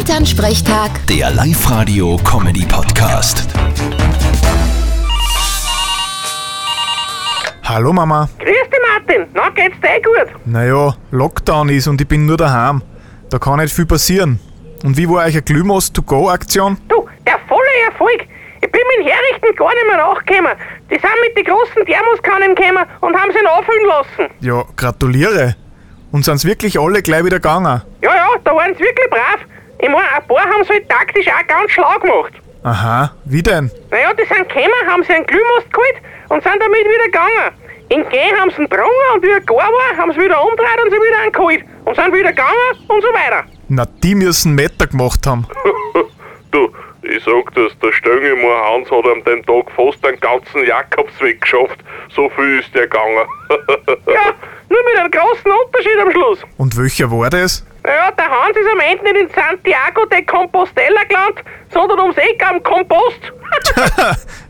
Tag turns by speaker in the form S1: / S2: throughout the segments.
S1: Elternsprechtag,
S2: Der Live-Radio-Comedy-Podcast.
S3: Hallo Mama.
S4: Grüß dich, Martin. Na, geht's dir eh gut?
S3: Naja, Lockdown ist und ich bin nur daheim. Da kann nicht viel passieren. Und wie war euch eine Glühmost-to-go-Aktion?
S4: Du, der volle Erfolg. Ich bin mit dem Herrichten gar nicht mehr nachgekommen. Die sind mit den großen Thermoskannen gekommen und haben sie nachfüllen lassen.
S3: Ja, gratuliere. Und sind's wirklich alle gleich wieder gegangen?
S4: Ja, ja, da waren sie wirklich brav. Ich meine, ein paar haben sie halt taktisch auch ganz schlau gemacht.
S3: Aha, wie denn?
S4: Naja, die sind gekommen, haben sie einen Glühmost geholt und sind damit wieder gegangen. In Gehen haben sie ihn getrunken und wie er gar war, haben sie wieder umgedreht und sie wieder angeholt. Und sind wieder gegangen und so weiter.
S3: Na, die müssen Meter gemacht haben.
S5: Du, ich sag das, der Stöngelmoor Hans hat ihm den Tag fast den ganzen Jakobsweg geschafft. So viel ist der gegangen.
S4: Ja, nur mit einem großen Unterschied am Schluss.
S3: Und welcher war das?
S4: Naja, der Hans ist am Ende nicht in Santiago de Compostela gelandet, sondern ums Eck am Kompost.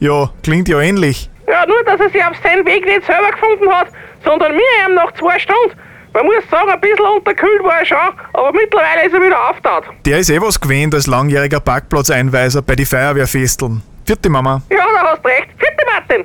S3: ja, klingt ja ähnlich.
S4: ja, nur, dass er sich auf seinen Weg nicht selber gefunden hat, sondern wir ihm nach zwei Stunden. Man muss sagen, ein bisschen unterkühlt war er schon, aber mittlerweile ist er wieder auftaut.
S3: Der ist eh was gewähnt als langjähriger Parkplatzeinweiser bei die Feuerwehrfesteln. Vierte Mama.
S4: Ja, da hast recht. Vierte Martin.